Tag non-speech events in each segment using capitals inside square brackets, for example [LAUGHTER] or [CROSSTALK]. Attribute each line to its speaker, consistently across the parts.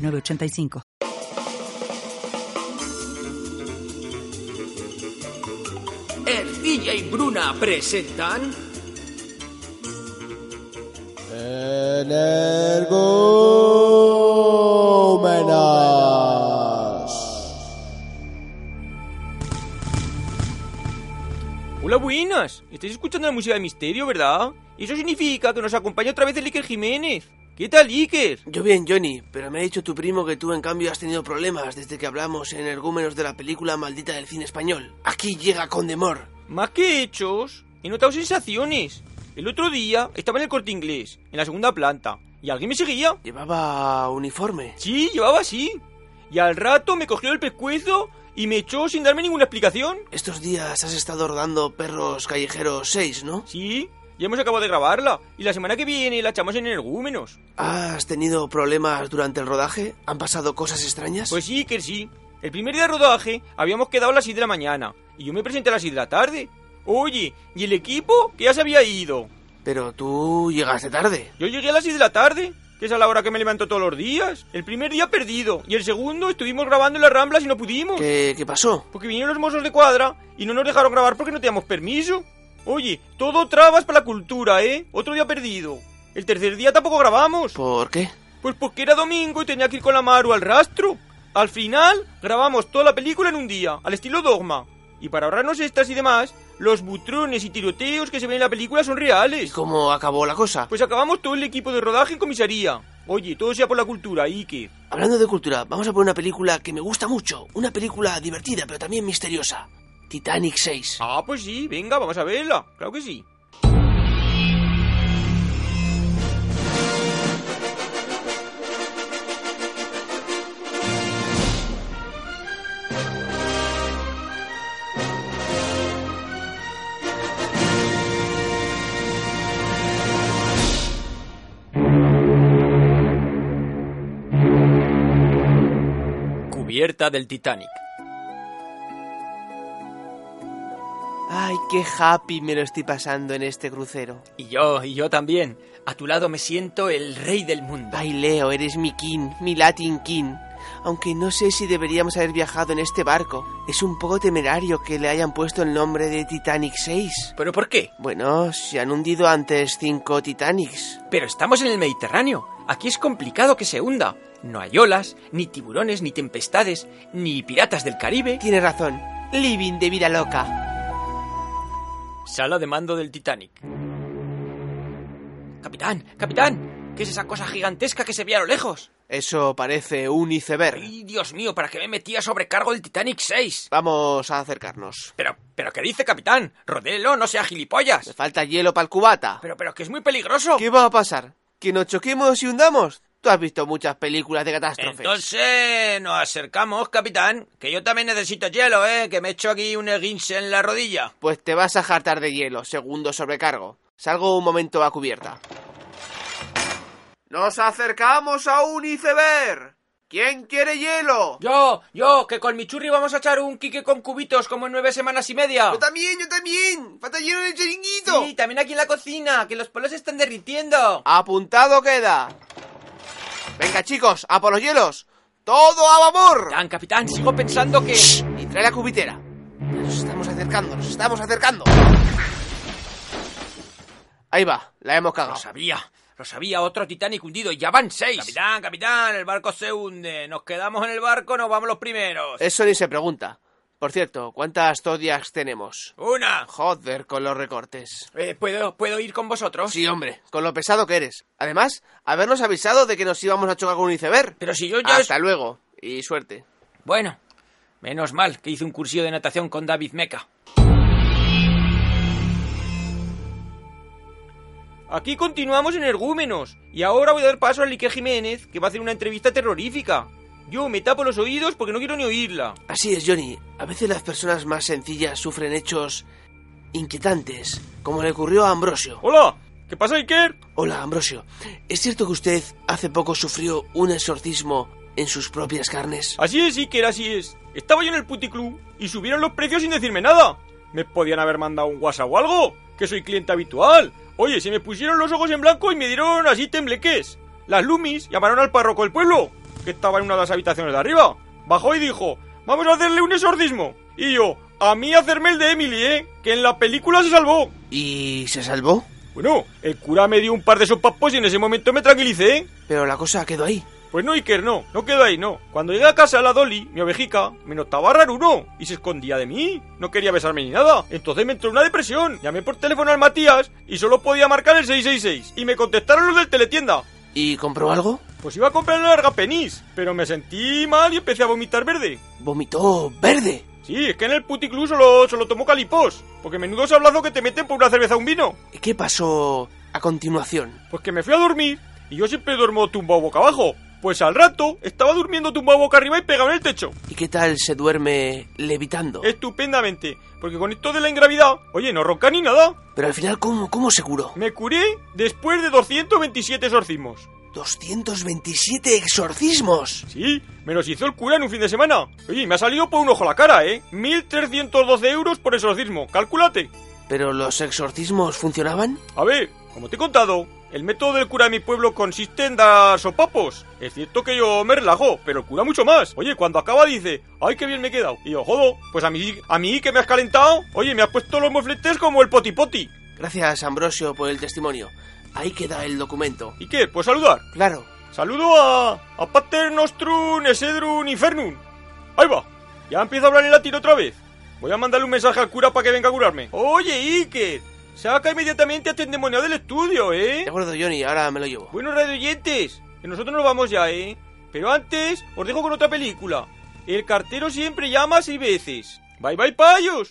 Speaker 1: 985.
Speaker 2: El DJ Bruna presentan.
Speaker 3: Energúmenas.
Speaker 4: Hola, buenas. Estáis escuchando la música de misterio, ¿verdad? Eso significa que nos acompaña otra vez el Iker Jiménez. ¿Qué tal, Iker?
Speaker 5: Yo bien, Johnny, pero me ha dicho tu primo que tú en cambio has tenido problemas desde que hablamos en Ergúmenos de la película maldita del cine español. Aquí llega Condemor.
Speaker 4: Más que hechos, he notado sensaciones. El otro día estaba en el corte inglés, en la segunda planta, y alguien me seguía.
Speaker 5: ¿Llevaba uniforme?
Speaker 4: Sí, llevaba así. Y al rato me cogió el pescuezo y me echó sin darme ninguna explicación.
Speaker 5: Estos días has estado rodando Perros Callejeros 6, ¿no?
Speaker 4: Sí, ya hemos acabado de grabarla y la semana que viene la echamos en energúmenos.
Speaker 5: ¿Has tenido problemas durante el rodaje? ¿Han pasado cosas extrañas?
Speaker 4: Pues sí, que sí. El primer día de rodaje habíamos quedado a las 6 de la mañana y yo me presenté a las 6 de la tarde. Oye, ¿y el equipo? Que ya se había ido.
Speaker 5: Pero tú llegaste tarde.
Speaker 4: Yo llegué a las 6 de la tarde, que es a la hora que me levanto todos los días. El primer día perdido y el segundo estuvimos grabando en las ramblas y no pudimos.
Speaker 5: ¿Qué, qué pasó?
Speaker 4: Porque vinieron los mozos de cuadra y no nos dejaron grabar porque no teníamos permiso. Oye, todo trabas para la cultura, ¿eh? Otro día perdido. El tercer día tampoco grabamos.
Speaker 5: ¿Por qué?
Speaker 4: Pues porque era domingo y tenía que ir con la Maru al rastro. Al final, grabamos toda la película en un día, al estilo Dogma. Y para ahorrarnos estas y demás, los butrones y tiroteos que se ven en la película son
Speaker 5: ¿Y
Speaker 4: reales.
Speaker 5: cómo acabó la cosa?
Speaker 4: Pues acabamos todo el equipo de rodaje en comisaría. Oye, todo sea por la cultura, Ike.
Speaker 5: Hablando de cultura, vamos a poner una película que me gusta mucho. Una película divertida, pero también misteriosa. Titanic 6.
Speaker 4: Ah, pues sí, venga, vamos a verla. Claro que sí. Cubierta del Titanic.
Speaker 5: Ay, qué happy me lo estoy pasando en este crucero.
Speaker 4: Y yo, y yo también. A tu lado me siento el rey del mundo.
Speaker 5: Ay, Leo, eres mi king, mi Latin king. Aunque no sé si deberíamos haber viajado en este barco. Es un poco temerario que le hayan puesto el nombre de Titanic 6.
Speaker 4: ¿Pero por qué?
Speaker 5: Bueno, se han hundido antes cinco Titanics.
Speaker 4: Pero estamos en el Mediterráneo. Aquí es complicado que se hunda. No hay olas, ni tiburones, ni tempestades, ni piratas del Caribe.
Speaker 5: Tienes razón. Living de vida loca.
Speaker 4: Sala de mando del Titanic. Capitán, capitán, ¿qué es esa cosa gigantesca que se ve a lo lejos?
Speaker 5: Eso parece un iceberg.
Speaker 4: ¡Ay, Dios mío, para que me metía sobrecargo del Titanic 6!
Speaker 5: Vamos a acercarnos.
Speaker 4: Pero, pero, ¿qué dice, capitán? Rodéelo, no sea
Speaker 5: Me
Speaker 4: gilipollas.
Speaker 5: falta hielo para el cubata.
Speaker 4: Pero, pero, que es muy peligroso.
Speaker 5: ¿Qué va a pasar? ¿Que nos choquemos y hundamos? Tú has visto muchas películas de catástrofes.
Speaker 4: Entonces nos acercamos, capitán, que yo también necesito hielo, ¿eh? Que me echo aquí un esguince en la rodilla.
Speaker 5: Pues te vas a jartar de hielo, segundo sobrecargo. Salgo un momento a cubierta. ¡Nos acercamos a un iceberg! ¿Quién quiere hielo?
Speaker 4: Yo, yo, que con mi churri vamos a echar un quique con cubitos como en nueve semanas y media.
Speaker 5: también, yo también! ¡Falta hielo en el chiringuito!
Speaker 4: Sí, también aquí en la cocina, que los polos se están derritiendo.
Speaker 5: ¡Apuntado queda! Venga, chicos, a por los hielos. ¡Todo a vapor!
Speaker 4: Capitán, capitán, sigo pensando que...
Speaker 5: Y trae la cubitera. Nos estamos acercando, nos estamos acercando. Ahí va, la hemos
Speaker 4: Lo
Speaker 5: cagado.
Speaker 4: sabía, lo sabía, otro Titanic hundido y ya van seis. Capitán, capitán, el barco se hunde. Nos quedamos en el barco, nos vamos los primeros.
Speaker 5: Eso ni se pregunta. Por cierto, ¿cuántas todias tenemos?
Speaker 4: Una.
Speaker 5: Joder, con los recortes.
Speaker 4: Eh, ¿puedo, ¿Puedo ir con vosotros?
Speaker 5: Sí, hombre, con lo pesado que eres. Además, habernos avisado de que nos íbamos a chocar con un iceberg.
Speaker 4: Pero si yo ya...
Speaker 5: Hasta luego y suerte.
Speaker 4: Bueno, menos mal que hice un cursillo de natación con David Meca. Aquí continuamos en Ergúmenos. Y ahora voy a dar paso a Lique Jiménez, que va a hacer una entrevista terrorífica. Yo me tapo los oídos porque no quiero ni oírla.
Speaker 5: Así es, Johnny. A veces las personas más sencillas sufren hechos inquietantes, como le ocurrió a Ambrosio.
Speaker 4: ¡Hola! ¿Qué pasa, Iker?
Speaker 5: Hola, Ambrosio. ¿Es cierto que usted hace poco sufrió un exorcismo en sus propias carnes?
Speaker 4: Así es, Iker, así es. Estaba yo en el puticlub y subieron los precios sin decirme nada. Me podían haber mandado un WhatsApp o algo, que soy cliente habitual. Oye, se me pusieron los ojos en blanco y me dieron así tembleques. Las lumis llamaron al párroco del pueblo, que estaba en una de las habitaciones de arriba. Bajó y dijo, vamos a hacerle un exorcismo. Y yo, a mí hacerme el de Emily, ¿eh? Que en la película se salvó.
Speaker 5: ¿Y se salvó?
Speaker 4: Bueno, el cura me dio un par de sopapos y en ese momento me tranquilicé, ¿eh?
Speaker 5: Pero la cosa quedó ahí.
Speaker 4: Pues no, Iker, no, no quedó ahí, no. Cuando llegué a casa, la Dolly, mi ovejica, me notaba raro uno y se escondía de mí. No quería besarme ni nada. Entonces me entró una depresión. Llamé por teléfono al Matías y solo podía marcar el 666. Y me contestaron los del teletienda.
Speaker 5: ¿Y compró algo?
Speaker 4: Pues iba a comprar una larga penis, pero me sentí mal y empecé a vomitar verde.
Speaker 5: Vomitó verde.
Speaker 4: Sí, es que en el puticlub solo, solo tomo calipos, porque menudo sablazo que te meten por una cerveza o un vino.
Speaker 5: ¿Y ¿Qué pasó a continuación?
Speaker 4: Pues que me fui a dormir y yo siempre duermo tumbado boca abajo. Pues al rato estaba durmiendo tumbado boca arriba y pegado en el techo.
Speaker 5: ¿Y qué tal se duerme levitando?
Speaker 4: Estupendamente, porque con esto de la ingravidad, oye, no ronca ni nada.
Speaker 5: Pero al final, ¿cómo, cómo se curó?
Speaker 4: Me curé después de 227 exorcismos.
Speaker 5: 227 exorcismos.
Speaker 4: Sí, me los hizo el cura en un fin de semana. Oye, y me ha salido por un ojo la cara, ¿eh? 1.312 euros por exorcismo, calculate.
Speaker 5: ¿Pero los exorcismos funcionaban?
Speaker 4: A ver, como te he contado, el método del cura de mi pueblo consiste en dar sopapos. Es cierto que yo me relajo, pero el cura mucho más. Oye, cuando acaba dice, ay, qué bien me he quedado. Y yo, jodo, pues a mí, a mí que me has calentado, oye, me has puesto los mofletes como el potipoti.
Speaker 5: Gracias, Ambrosio, por el testimonio. Ahí queda el documento.
Speaker 4: ¿Y qué? Pues saludar.
Speaker 5: Claro.
Speaker 4: Saludo a, a Pater Nostrum, Esedrum, Infernum. Ahí va. Ya empiezo a hablar en latín otra vez. Voy a mandarle un mensaje al cura para que venga a curarme. Oye, Iker. Saca inmediatamente a este endemoniado del estudio,
Speaker 5: De
Speaker 4: ¿eh?
Speaker 5: acuerdo, Johnny, ahora me lo llevo.
Speaker 4: Buenos radioyentes. Que nosotros nos vamos ya, ¿eh? Pero antes, os dejo con otra película. El cartero siempre llama seis veces. Bye bye, payos.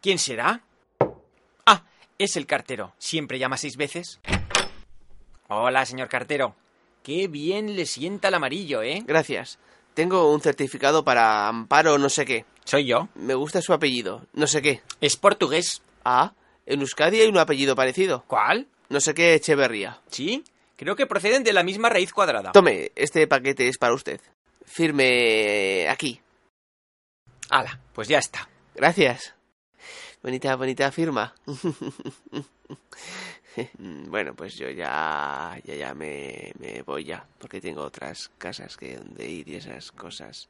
Speaker 3: ¿Quién será? Ah, es el cartero. Siempre llama seis veces. Hola, señor cartero. Qué bien le sienta el amarillo, ¿eh?
Speaker 5: Gracias. Tengo un certificado para Amparo no sé qué.
Speaker 3: Soy yo.
Speaker 5: Me gusta su apellido, no sé qué.
Speaker 3: Es portugués.
Speaker 5: Ah, en Euskadi hay un apellido parecido.
Speaker 3: ¿Cuál?
Speaker 5: No sé qué Echeverría.
Speaker 3: Sí. Creo que proceden de la misma raíz cuadrada.
Speaker 5: Tome, este paquete es para usted. Firme aquí.
Speaker 3: Ala, pues ya está.
Speaker 5: Gracias. Bonita, bonita firma. [LAUGHS] bueno, pues yo ya, ya, ya me, me voy ya, porque tengo otras casas que donde ir y esas cosas.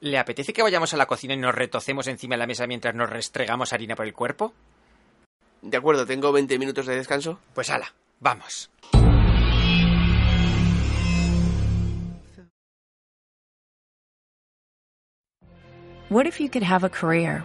Speaker 3: ¿Le apetece que vayamos a la cocina y nos retocemos encima de la mesa mientras nos restregamos harina por el cuerpo?
Speaker 5: De acuerdo, tengo 20 minutos de descanso.
Speaker 3: Pues ala, vamos.
Speaker 6: What if you could have a career